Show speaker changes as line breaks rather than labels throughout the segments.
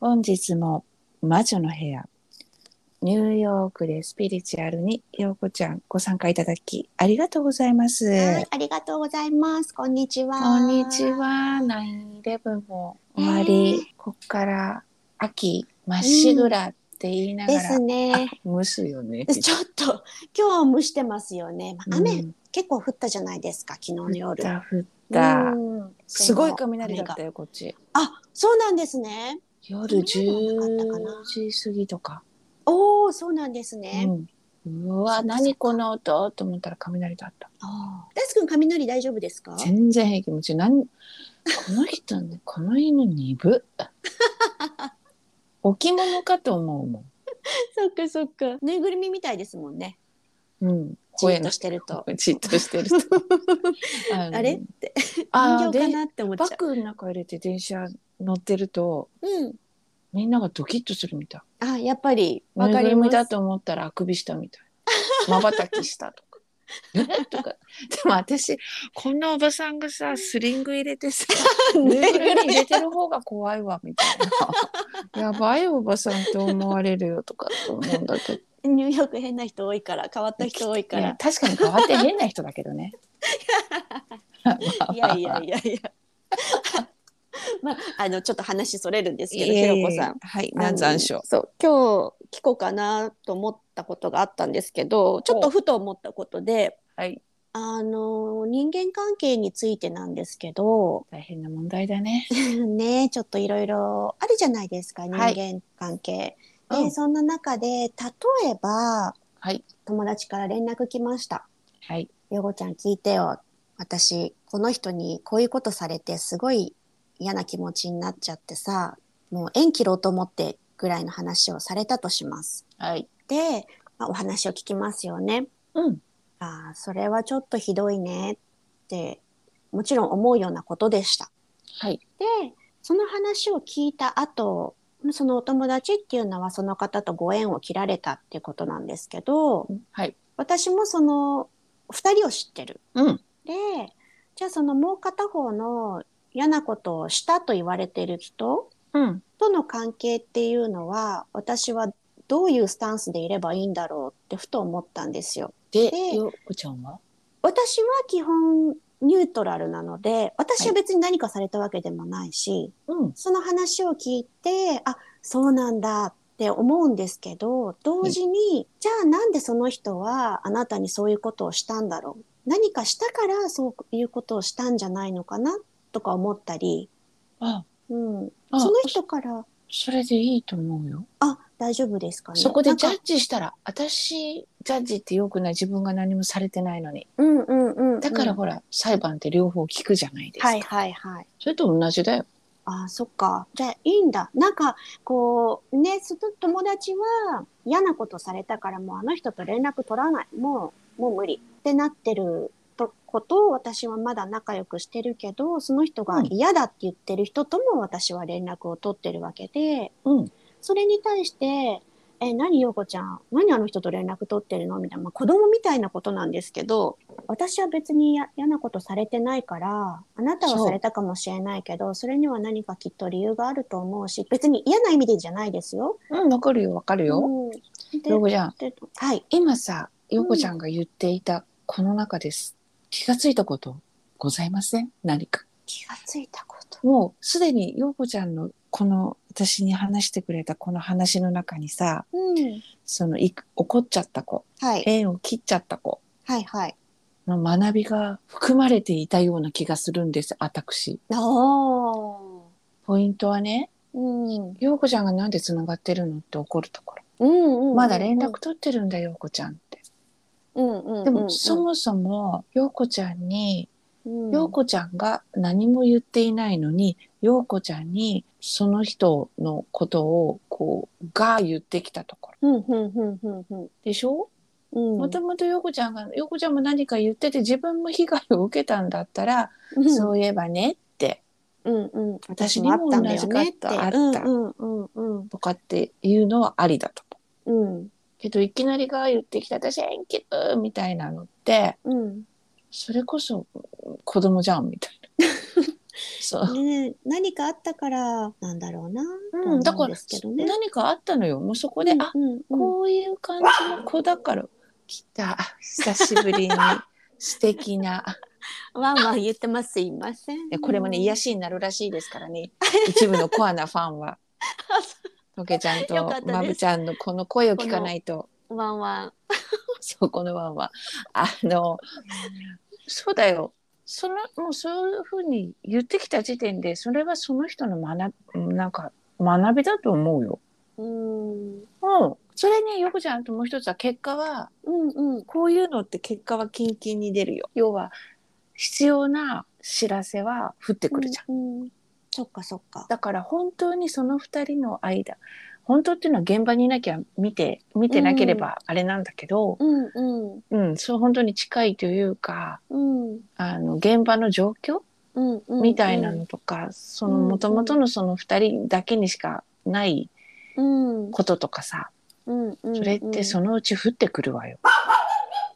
本日も魔女の部屋ニューヨークでスピリチュアルにようこちゃんご参加いただきありがとうございます、
はい、ありがとうございます。こんにちは。
こんにち。は9-11も終わり、こっから秋まっしぐらって言いなが
で
ら、
すね。
蒸すよね
ちょっと今日蒸してますよね。まあ雨、
うん
結構降ったじゃないですか。昨日の
降っ
夜。
た降った、
うん
すごい雷だった。よこっち
あ、そうなんですね。
夜10
そんなのなかったかな
時過ぎとか、
おお、そうなんですね。
うん、うわ何この音と思ったら雷だった
あー大輔君雷大丈夫ですか？
全然平気もちろんなんこの人ね この犬鈍 っ置物かと思うも
そっかそっか。ぬいぐるみみたいですもんね。
ん、うん、
じ
声
っ
の
としてる と。
じっと してる人あの
あれって
あ
人形か
で
なって思っちゃ
バ
う
ッ。グの中入れて電車乗ってると
うん。
みんながドキッとするみたい
あ、やっぱりわ
ぬい
か
ぐ
り
る
ま
み
す。
だと思ったらあくびしたみ たいまばたきしたとかえとかでも私こんなおばさんがさスリング入れてさぬいぐるみ入れてる方が怖いわみたい なやばいおばさんって思われるよとかと思うんだけど
ニューヨーク変な人多いから変わった人多いか
いや
ら。
確かに変わって変な人だけどね
いやいやいやいや。まああのちょっと話それるんですけど、
いえい
ひ
え
ろこさん。
はい南山
あ
椒
のそう今日聞こうかなと思ったことがあったんですけど、ちょっとふと思ったことで、
はい
あの人間関係についてなんですけど、
大変な問題だね
ねちょっといろいろあるじゃないですか人
はい
間関係。
う
で
ん
そんな中で例えば
はい
友達から連絡来ました。
はい
ヨゴちゃん聞いてよ。私、この人にこういうことされて、すごい嫌な気持ちになっちゃってさ、もう縁切ろうと思ってぐらいの話をされたとします。
はい
で、まあお話を聞きますよね。
うん
ああ、それはちょっとひどいねって、もちろん思うようなことでした。
はい
で、その話を聞いた後、そのお友達っていうのはその方とご縁を切られたっていうことなんですけど、
はい
私もその二人を知ってる。
うん
でじゃあそのもう片方の嫌なことをしたと言われてる人
うん
との関係っていうのは私はどういうスタンスでいればいいんだろうってふと思ったんですよ。
で
で
よこちゃんは
私は基本ニュートラルなので私は別に何かされたわけでもないし、
うん
その話を聞いてあそうなんだって思うんですけど同時に、じゃあなんでその人はあなたにそういうことをしたんだろう何かしたからそういうことをしたんじゃないのかなとか思ったり、
あ
うん、
あ
その人から
それでいいと思うよ
あ大丈夫ですかね
そこで
なん
ジ
か
ャッジしたら私ジャッジってよくない自分が何もされてないのに
うんうんうんうん
だからほら、裁判って両方聞くじゃないですか、
はいはいはい
それと同じだよ
ああ、そっか。じゃあ、いいんだ。なんか、こう、ね、その友達は嫌なことされたから、もうあの人と連絡取らない。もう、もう無理。ってなってるとことを私はまだ仲良くしてるけど、その人が
うん
嫌だって言ってる人とも私は連絡を取ってるわけで、
うん
それに対して、え、何、ようこちゃん、何あの人と連絡取ってるのみたいな、まあ、子供みたいなことなんですけど、私は別にや嫌なことされてないから、あなたは
そう
されたかもしれないけど、それには何かきっと理由があると思うし、別に嫌な意味でじゃないですよ。
うんわかるよわかるよ、
うんで
ようこちゃん
ではい。
今さようこちゃんが言っていたこの中です、気がついたことございません何か
気がついたこと。
もうすでにようこちゃんのこの私に話してくれたこの話の中にさ
うん。
そのい怒っちゃった子
はい。
縁を切っちゃった子
はいはい。
の学びが含まれていたような気がするんです私
おー。
ポイントはね
うん。
陽子ちゃんがなんでつながってるのって怒るところ、
うん
まだ連絡取ってるんだ陽子ちゃんって
うんうんうん。
でもそもそも陽子ちゃんに
うん、
陽子ちゃんが何も言っていないのに陽子ちゃんにその人のことをこうが言ってきたところ
うんうんうんうんうん
でしょ
うん。
もともと陽子ちゃんが陽子ちゃんも何か言ってて自分も被害を受けたんだったら、
うん
そういえばねって
うんうん、
私にも同じかった
あ
あ
っ
ったた
んだよねってうんうんうん
とかっていうのはありだと思う。
うん
けどいきなりが言ってきた私縁切るみたいなのって
うん
それこそうん子供じゃんみたいなそう。
ね、何かあったからなんだろうなと
うん、だ
思
か
うんで
ら、
すけどね。
何かあったのよ。もうそこで、あ、
うんうんうん
こういう感じの子だから、 来た。久しぶりに。素敵な。
わんわん言ってますすいません。
ねこれもね、癒しになるらしいですから ね。一部のコアなファン は。トケちゃんと
よかったです
まぶちゃんのこの声を聞かないと、
わんわん。
そう、このワンは。あの、そうだよ。その、もうそういうふうに言ってきた時点で、それはその人の学び、なんか、学びだと思うよ。
うん
うん。それに、よくちゃんともう一つは、結果は、
うんうん
こういうのって結果はキンキンに出るよ。要は、必要な知らせは降ってくるじゃん。
うんうんそっかそっか。
だから本当にその2人の間本当っていうのは現場にいなきゃ見て見てなければあれなんだけど、
うんうん
うんそう本当に近いというか
うん
あの現場の状況
うんうん
みたいなのとか、その
うんうん
もともとのその2人だけにしかない
うん
こととかさ、
うんうん
それってそのうち降ってくるわよ。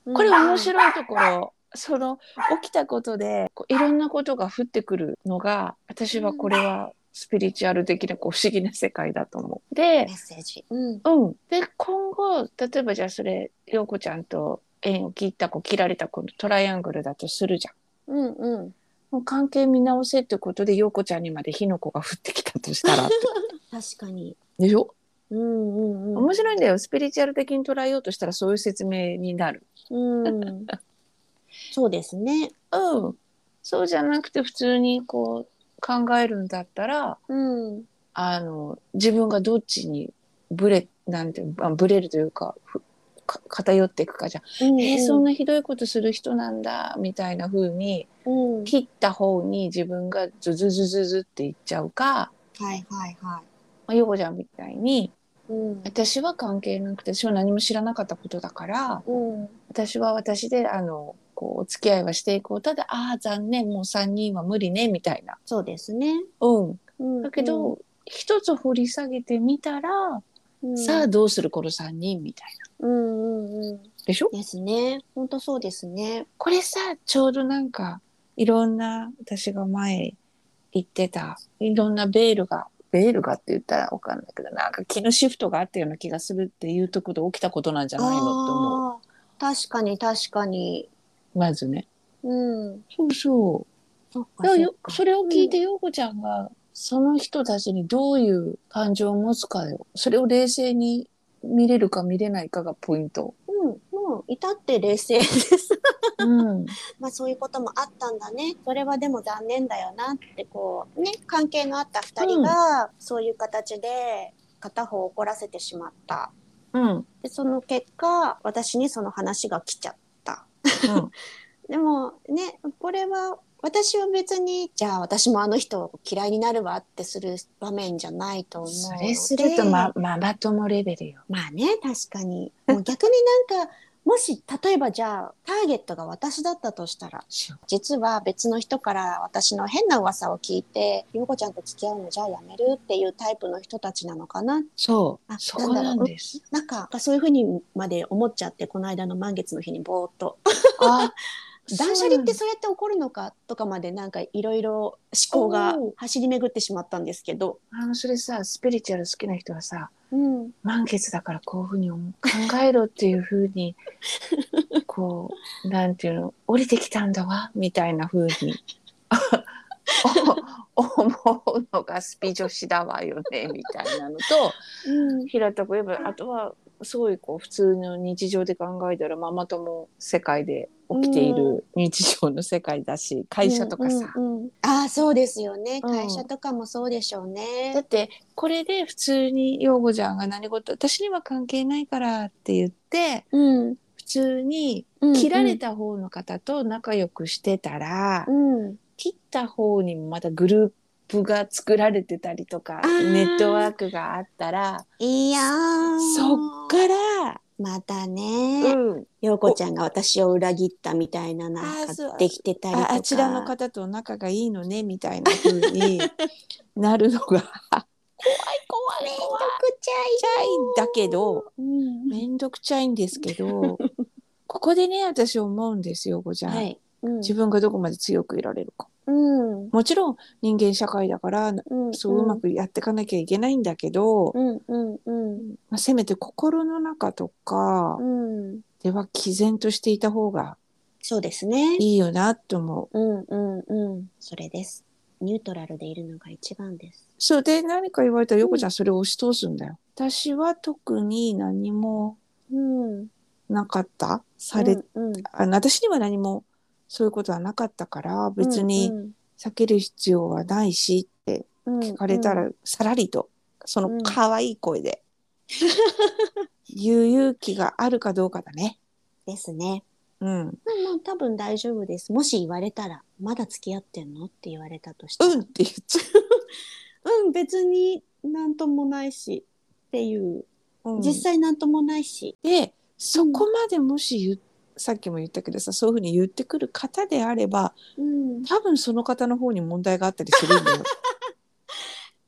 うん
これ面白いところその起きたことでこういろんなことが降ってくるのが私はこれはスピリチュアル的なこう不思議な世界だと思う。で
メッセージ。うん
うん、で今後例えばじゃあそれ陽子ちゃんと縁を切った子切られた子のトライアングルだとするじゃん。
うんうん。
もう関係見直せってことで陽子ちゃんにまで火の粉が降ってきたとしたら って。
確かに。
でしょ
うんうんうん。
面白いんだよスピリチュアル的に捉えようとしたらそういう説明になる。
うん。そうですね。
うん、そうじゃなくて普通にこう考えるんだったら
うん
あの自分がどっちにブレなんてあブレるというかふか偏っていくかじゃん
うん。
えーそん
な。
なひどいことする人なんだみたいな風に
うん。
切った方に自分がズズズズズって言っちゃうか、
はいはいは
まあ、ヨコちゃんみたいに
い。うん
私は関係なくて私は何も知らなかったことだから
うん。
私は私であのこうお付き合いはしていこうただああ残念もう3人は無理ねみたいな。
そうですね。
うん、
うん
だけど、、一つ掘り下げてみたら、
うん
さあ、どうするこの3人みたいな。
うんうんうん。
でしょ
ですね。本当そうですね。
これさちょうどなんかいろんな私が前言ってたいろんなベールがベールがって言ったらわかんないけどなんか気のシフトがあったような気がするっていうところで起きたことなんじゃないのって思
ああー、確かに確かに。
うまずね。
うん。
そうそ
そっ
うだから
かそっ
よ
か。
それを聞いて陽子ちゃんが、その人たちにどういう感情を持つかよそれを冷静に見れるか見れないかがポイント。
うん、もう至って冷静です。
うん、
まあそういうこともあったんだね。それはでも残念だよなってこうね、関係のあった二人がそういう形で片方を怒らせてしまった。
うん、うん、
で、その結果、私にその話が来ちゃった。でもね、これは私は別に、じゃあ私もあの人を嫌いになるわってする場面じゃないと思う
そ
ので。
れするとまママ友レベルよ。
まあね、確かに。もう逆になんか、もし、例えばじゃあ、ターゲットが私だったとしたら、実は別の人から私の変な噂を聞いて、ゆうこちゃんと付き合うのじゃあやめるっていうタイプの人たちなのかな。
そう
あ
そこなんです。
なんか、そういうふうにまで思っちゃって、この間の満月の日にぼーっと。
あ
断捨離ってそうやって起こるのかとかまでなんかいろいろ思考が
おー
走り巡ってしまったんですけど。
あのそれさスピリチュアル好きな人はさ
うん。
満月だからこういうふうに思う考えろっていうふう にこうなんていうの降りてきたんだわみたいなふう にお思うのがスピ女子だわよねみたいなのと
うん。
平たく言えばあとはすごいこう普通の日常で考えたらママ友世界で起きている日常の世界だし会社とかさ、
うんうんうんああ、そうですよね。
うん
会社とかもそうでしょうね。
だってこれで普通に陽子ちゃんが何事私には関係ないからって言って
うん。
普通に切られた方の方と仲良くしてたら、
うん。
切った方にもまたグループが作られてたりとか
あー
ネットワークがあったら
いやー
そっから、
また
う
ね、
ん、
陽子ちゃんが私を裏切ったみたいななん
あーそう
かできてたりと
あ
か。
あちらの方と仲がいいのねみたいな風 になるのが怖い怖い
めんど
怖い
くち
ちゃいんだけど。
ゃい。うん
めんどくちゃいんですけどここでね私思うんですよごちゃん、
はい。うん
自分がどこまで強くいられるか、
ううん。
もちろん人間社会だから
うん。
そううまくやっていかなきゃいけないんだけど、
うんうんうん
まあ、せめて心の中とか
うん。
では毅然としていた方が
そうですね。
いいよなと思う。
うんうんうん。それです。ニュートラルでいるのが一番です。
そうで何か言われたら、よこちゃんそれを押し通すんだよ。私は特に何も
うん。
なかったされ、
うんうん、
あの私には何もそういうことはなかったから別に避ける必要はないしって聞
聞
かれたら、さらりとその可愛い声 で、言う勇気があるかどうかだね。
ですね。
うん、
まあまあ多分大丈夫です。もし言われたら、まだ付き合ってんのって言われたとして
うんって言っちゃ
うん、別になんともないしっていう、
う。うん
実際なんともないし。
でそこまでもし言うさっきも言ったけどさそういうふうに言ってくる方であれば
うん。
多分その方の方に問題があったりするん だよ。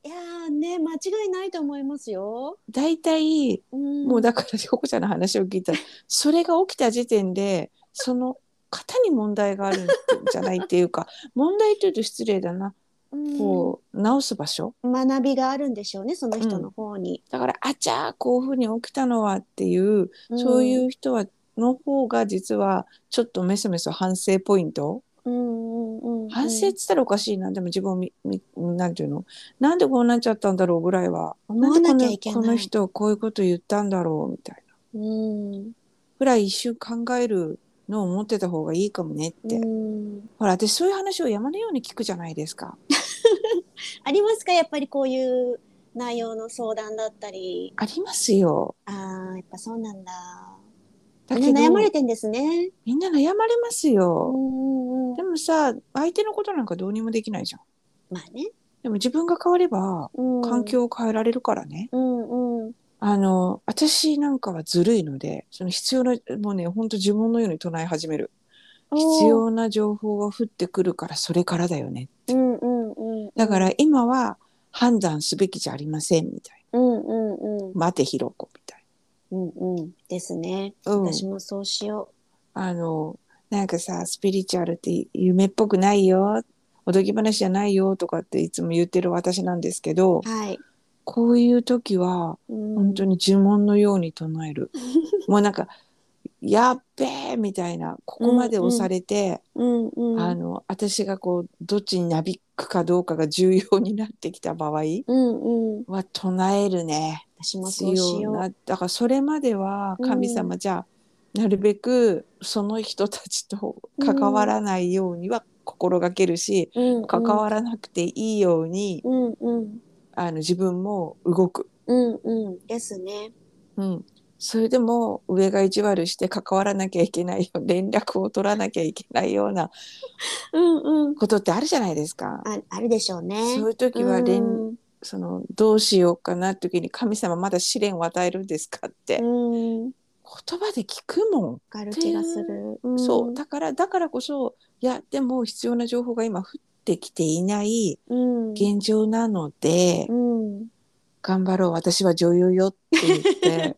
いやーね、間違いないと思いますよ。
大体
うん、
もうだからひここちゃんの話を聞い たらそれが起きた時点でその方に問題があるんじゃないっていうか問題というと失礼だな
うん
こう直す場所
学びがあるんでしょうね、その人の方に。
だからあちゃーこういうふうに起きたのはっていうそういう人はの方が実はちょっとメソメソ反省ポイント
うん、うんうんうん、
反省っつったらおかしいなでも自分をみみなんていうのなんでこうなっちゃったんだろうぐらいは
思わなきゃ
ん
い
で
け
こ
ない。
のこの人こういうこと言ったんだろうみたいな
うん。
ぐらい一瞬考えるのを持ってた方がいいかもねって、
うん
ほら私そういう話を山のように聞くじゃないですか
ありますかやっぱりこういう内容の相談だったり。
ありますよ
ああ、やっぱそうなんだ。
だ
み
け
ん
ど
な悩まれてんですね。
みんな悩まれます
う
よ、
んうんうん
で。もさ相手のことなんかどうにもできないじゃん
まあね。
でも自分が変われば
うん
環。境を変えられるからね、
うんうん。
あの私なんかはずるいのでその必要なもうねほんと呪文のように唱え始める必要な情報が降ってくるからそれからだよね
うんうんうん。
だから今は判断すべきじゃありませんみたい
うんうんう
な
ん
待てひろこみたい
うんうんですね。
な、うん、
私もそうしよ
あのなんかさスピリチュアルって夢っぽくないよおとぎ話じゃないよとかっていつも言ってる私なんですけど
う。はい。
こういう時は
本
本当に呪文のように唱える、もうなんか「やっべえ!」みたいなここまで押されて、
うんうん。
あの私がこうどっちになびくかどうかが重要になってきた場合
うんうん。
は唱えるね
私もそう
必
し
要
よう。
なだからそれまでは神様じゃ、なるべくその人たちと関わらないようには心がけるし、
うんうん
関わらなくていいように、
うんうん
あの自分も動く、
うんうんですね。
うん、それでも上が意地悪して関わらなきゃいけないよ連絡を取らなきゃいけないような
うんうん。
ことってあるじゃないですか。
ああるでしょうね。
そういう時は連、
うん
そのどうしようかなって時に神様まだ試練を与えるんですかって、
うん。わ
言葉で聞くも
かる気がする。
ん、そうだ
だ。
からだからこそいやでも必要な情報が今降ってきていない
うん。
現状なので、
うん。
頑張ろう私は女優よって言って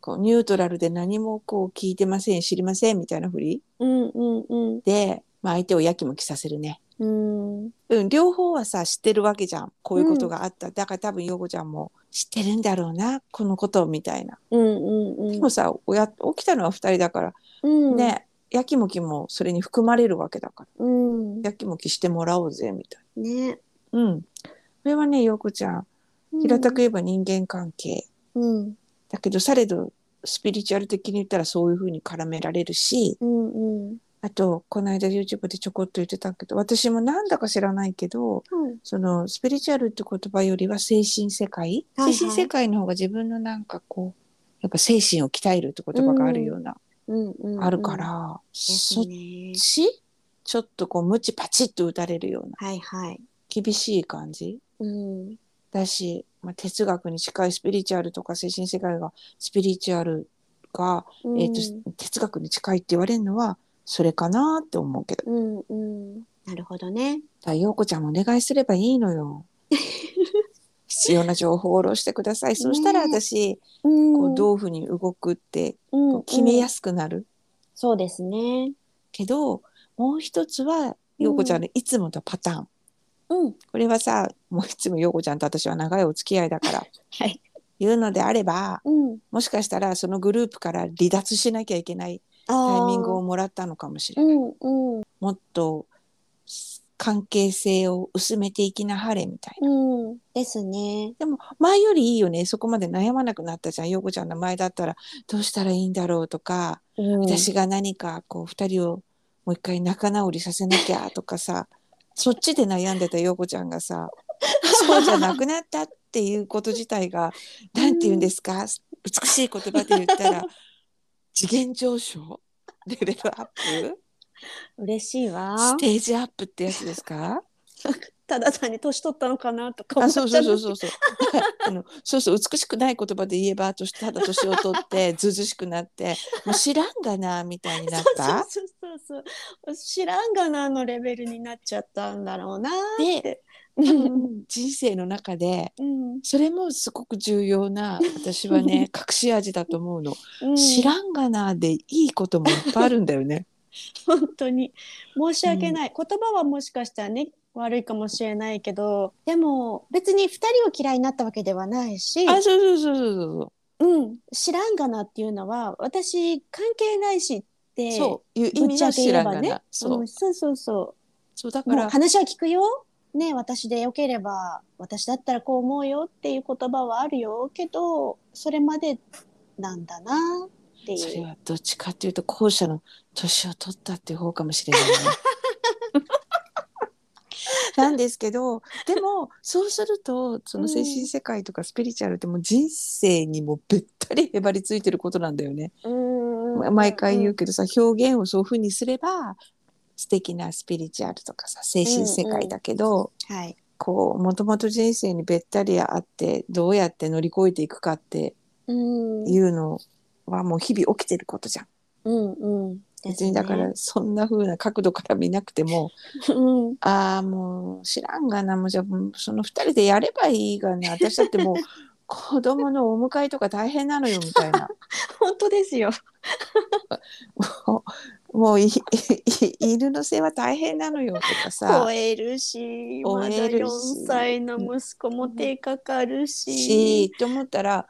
こうニュートラルで何もこう聞いてません知りませんみたいなふり
うんうんうん
で、まあ、相手をやきもきさせるね。
うん。
うん、両方はさ知ってるわけじゃんこういうことがあった、だから多分陽子ちゃんも知ってるんだろうなこのことみたいな
うんうん
で
う
もさ親起きたのは2人だから、
ん。うん。。
ねやきもきもそれに含まれるわけだから
うん。
やきもきしてもらおうぜみたい
ね。
なうんこれはね陽子ちゃん平たく言えば人間関係、
うん。
だけどされどスピリチュアル的に言ったらそういうふうに絡められるし
うんうん。
あとこの間 YouTube でちょこっと言ってたけど私もなんだか知らないけど
はい。
そのスピリチュアルって言葉よりは精神世界、
はいはい
精神世界の方が自分のなんかこうやっぱ精神を鍛えるって言葉があるような、
うんうんうん。
あるから、
です
そっ
ね。
ちちょっとこうムチパチッと打たれるような
はいはい。
厳しい感じ
うん。
だし、まあ、哲学に近いスピリチュアルとか精神世界がスピリチュアルが、えー、と哲学に近いって言われるのはそれかなって思うけどだか
うんうん。なるほどね。
ら陽子ちゃんもお願いすればいいの よ。必要な情報を下ろしてください。そうしたら私、こ
う
うどういうふうに動くって
うん
こう決めやすくなる
そうですね。
けど、もう一つは陽子ちゃんね、いつもとパターン
うん。
これはさもういつも陽子ちゃんと私は長いお付き合いだから
はい。
言うのであれば
うん。
もしかしたらそのグループから離脱しなきゃいけないタイミングをもらったのかもしれ
う
ない
んうん
もっと関係性を薄めていきなはれみたいな。
うん。ですね。
でも前よりいいよねそこまで悩まなくなったじゃん陽子ちゃんの前だったらどうしたらいいんだろうとか、
うん
私が何かこう2人をもう一回仲直りさせなきゃとか さそっちで悩んでた陽子ちゃんがさそうじゃなくなったっていうこと自体がなんて言うんですか、美しい言葉で言ったら次元上昇レベルアップ
嬉しいわ。
ステージアップってやつですか
ただ単に年取ったのかなとか思
あ
っちゃ
そうそうそう
う
そう そうあのそうそう美しくない言葉で言えば年ただ年を取ってずうずうしくなってもう知らんがなみたいになっ
そう
た
そうそうそうそう知らんがなのレベルになっちゃったんだろう なーっ
う
て。
ん 人生の中で
うん
それもすごく重要な私は ね隠し味だと思うの、
うん
知らんがなでいいこともいっぱいあるんだよね
本当に申し訳ない、言葉はもしかしたらね悪いかもしれないけどでも別に2人を嫌いになったわけではないし、
あそうそうそうそうそう
うん、知らんがなっていうのは私関係ないしって
そういう意
ぶっ
味
ちゃ
は
け
知
言
ら
え
んがな、
ばね
そううん
そうそうそ
そうだ
う
か
もう
ら
話は聞くよ、ね、私でよければ私だったらこう思うよっていう言葉はあるよけどそれまでなんだなって
そ
い
れ
う。
はどっちかっていうと後者の年を取ったっていう方かもしれないね。 なんですけどでもそうするとその精神世界とかスピリチュアルってもう人生にもうべったりへばりついてることなんだよね。ま毎回言うけどさ表現をそういうふうにすれば素敵なスピリチュアルとかさ精神世界だけど、
はい、
こうもともと人生にべったりあってどうやって乗り越えていくかって
うん
いうのはもう日々起きてることじゃん。
うんうんです
別
ね
にだからそんな風な角度から見なくても
うん
ああもう知らんがなもうじゃあもうその2人でやればいいがな私だってもう子供のお迎えとか大変なのよみたいな
本当ですよ。
もうもうい犬の世話大変なのよとかさ
吠えるし、まだ
吠えるし
4歳の息子も手かかるし。
しと思った ら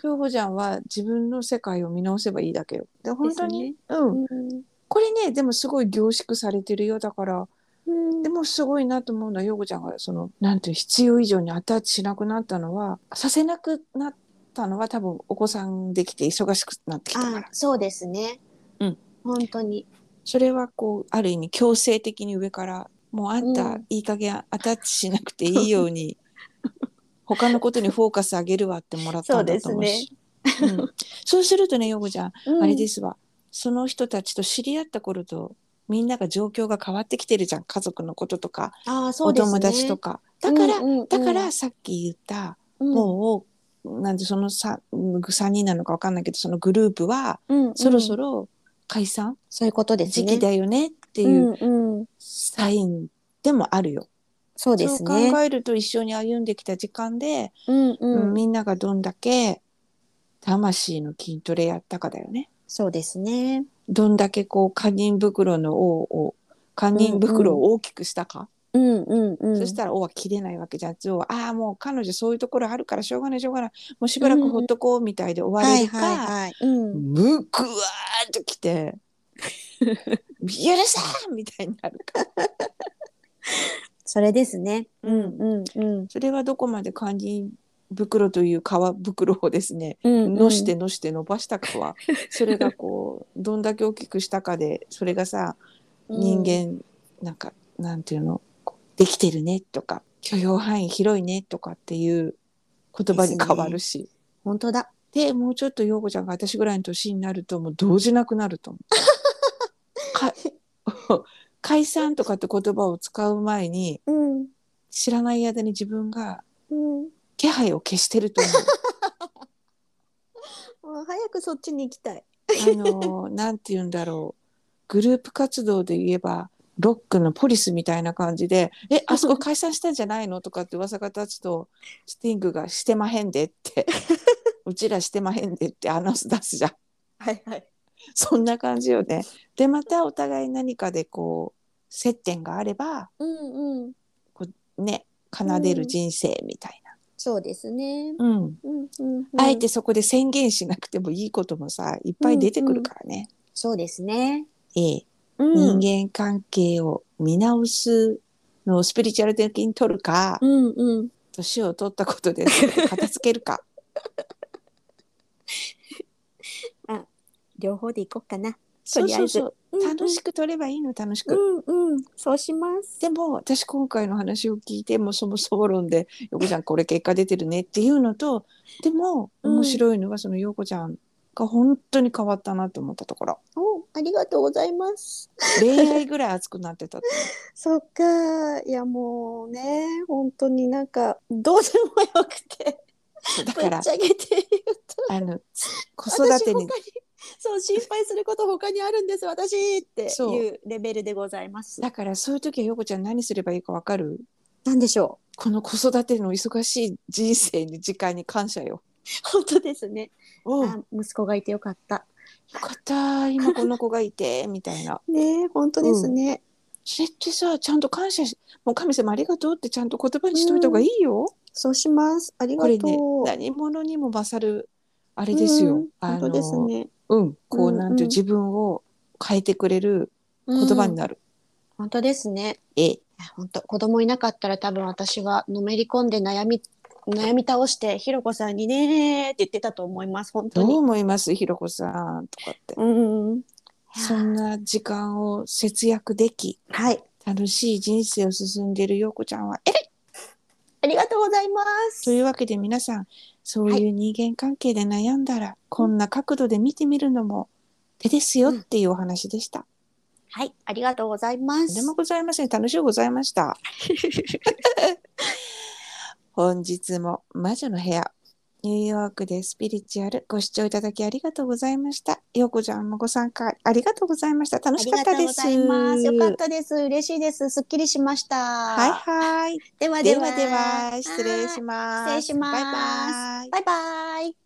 京子ちゃんは自分の世界を見直せばいいだけよ。で本当に、うん、
うん
これねでもすごい凝縮されてるよだから
うん
でもすごいなと思うのは陽子ちゃんがそのなんていう必要以上にアタッチしなくなったのはさせなくなったのは多分お子さんできて忙しくなってきたか
あ
ら、
そうですね。
うん
本当に。
それはこうある意味強制的に上からもうあんた、
うん。
いい加減アタッチしなくていいように他のことにフォーカスあげるわってもらったんだと思うしそう,、ん、そうするとね陽子ちゃん、あれですすわその人たちと知り合った頃とみんなが状況が変わってきてるじゃん家族のこととか、
あー、そ
お
うです
友
ね。
達とか。だから、
うんうんうん
だからさっき言った、
うん、
もうなんでその 3, 3人なのか分かんないけどそのグループは
うんうん
そろそろ解散、
そういうことです
時
ね。
期だよねって
て
いうう
うんうん、
サインでもあるよ。
そうですね。
そう考えると一緒に歩んできた時間で、
うんうん
みんながどんだけ魂の筋トレやったかだよね。
そうですね。
どんだけこう堪忍袋の王を堪忍袋を大きくしたか。
うんうんうん。
そしたら「お」は切れないわけじゃん。要はああもう彼女そういうところあるからしょうがないしょうがないもうしばらくほっとこうみたいで終わ
は
れ
い
るか、
はいはい。うん。
むくわーっとき て「許せん!」みたいになるか
それですね。
う
うんんうんうん。
それはどこまで肝心袋という皮袋をですね
うんうん
のしてのして伸ばしたか はそれがこうどんだけ大きくしたかでそれがさ人間なんかなんていうのこうできてるねとか許容範囲広いねとかっていう言葉に変わるし。
本当だ。
でもうちょっと陽子ちゃんが私ぐらいの年になるともう動じなくなると思 う。か 解散とかって言葉を使う前に
うん
知らない間に自分が
うん。
気配を消してると
もう早くそっちに行きたい。
思う。あのーなんて言うんだろうグループ活動で言えばロックのポリスみたいな感じで「えあそこ解散したんじゃないの?」とかって噂が立つとスティングが「してまへんで」って「うちらしてまへんで」ってアナウンス出すじゃん。
はいはい。
そんな感じよね。でまたお互い何かでこう接点があれば
うんうん。
ね奏でる人生みたい
そうですね。
な、うん
うんうん、うん。
あえてそこで宣言しなくてもいいこともさいっぱい出てくるからね、
そうですね。
ええ
うん
人間関係を見直すのをスピリチュアル的に取るか
うんうん。
年を取ったこと でそれを片付けるか
両方でいこうかな。
そうそうそう
うんうん
楽しく取ればいいの楽しく、
うんうん。そうします。
でも私今回の話を聞いてもそもそも論で「陽子ちゃんこれ結果出てるね」っていうのとでも
うん
面白いのがその陽子ちゃんが本当に変わったなと思ったところ
お、ありがとうございます。
恋愛ぐらい熱くなってたって
そっか。いやもうね、本当になんかどうでもよくて、
そうだ
ぶ
か
っ
ら
ちゃけて言うと。
あのつ子育てに
私他そう心配すること他にあるんです私って
そう
いうレベルでございます。
だからそういう時は陽子ちゃん何すればいいかわかる
なんでしょう。
この子育ての忙しい人生に時間に感謝よ。
本当ですね。
おうよ
あ息子がいてよかった。
かった今この子がいてみたいな。
ねえ本当ですね。
それってさちゃんと感謝しもう神様ありがとうってちゃんと言葉にしといた方がいいよ。
そうします。ありが
ことれね
う。
何者にも勝るあれですよ。
うん
あ
本当
の
ですね。
うんこうなんていう
うんうん
自分を変えてくれる言葉に
うん
なる。
本当ですね。
え
いや本当子供いなかったら多分私はのめり込んで悩み悩み倒してひろこさんにねーって言ってたと思います本当
どう
に。
思いますひろこさんとかって。
うんうん。
そんな時間を節約でき
はい。
楽しい人生を進んでいる陽子ちゃんはえ
ありがとうございます。
というわけで皆さんそういう人間関係で悩んだら、こんな角度で見てみるのも手ですよっていうお話でした。
はい、ありがとうございま
とん
す
で。もございません楽しゅうございま した。本日も魔女の部屋ニューヨークでスピリチュアルご視聴いただきありがとうございました。陽子ちゃんもご参加ありがとうございました。楽
あ
し
り
か
が
っ
と
た
う
で
ご
す。
ざいます。よかったです。嬉しいです。すっきりしました。
はい
は
はい。
い。では
で
で
は
は
では失礼します。
失礼します
バイバイ。
バイバイ。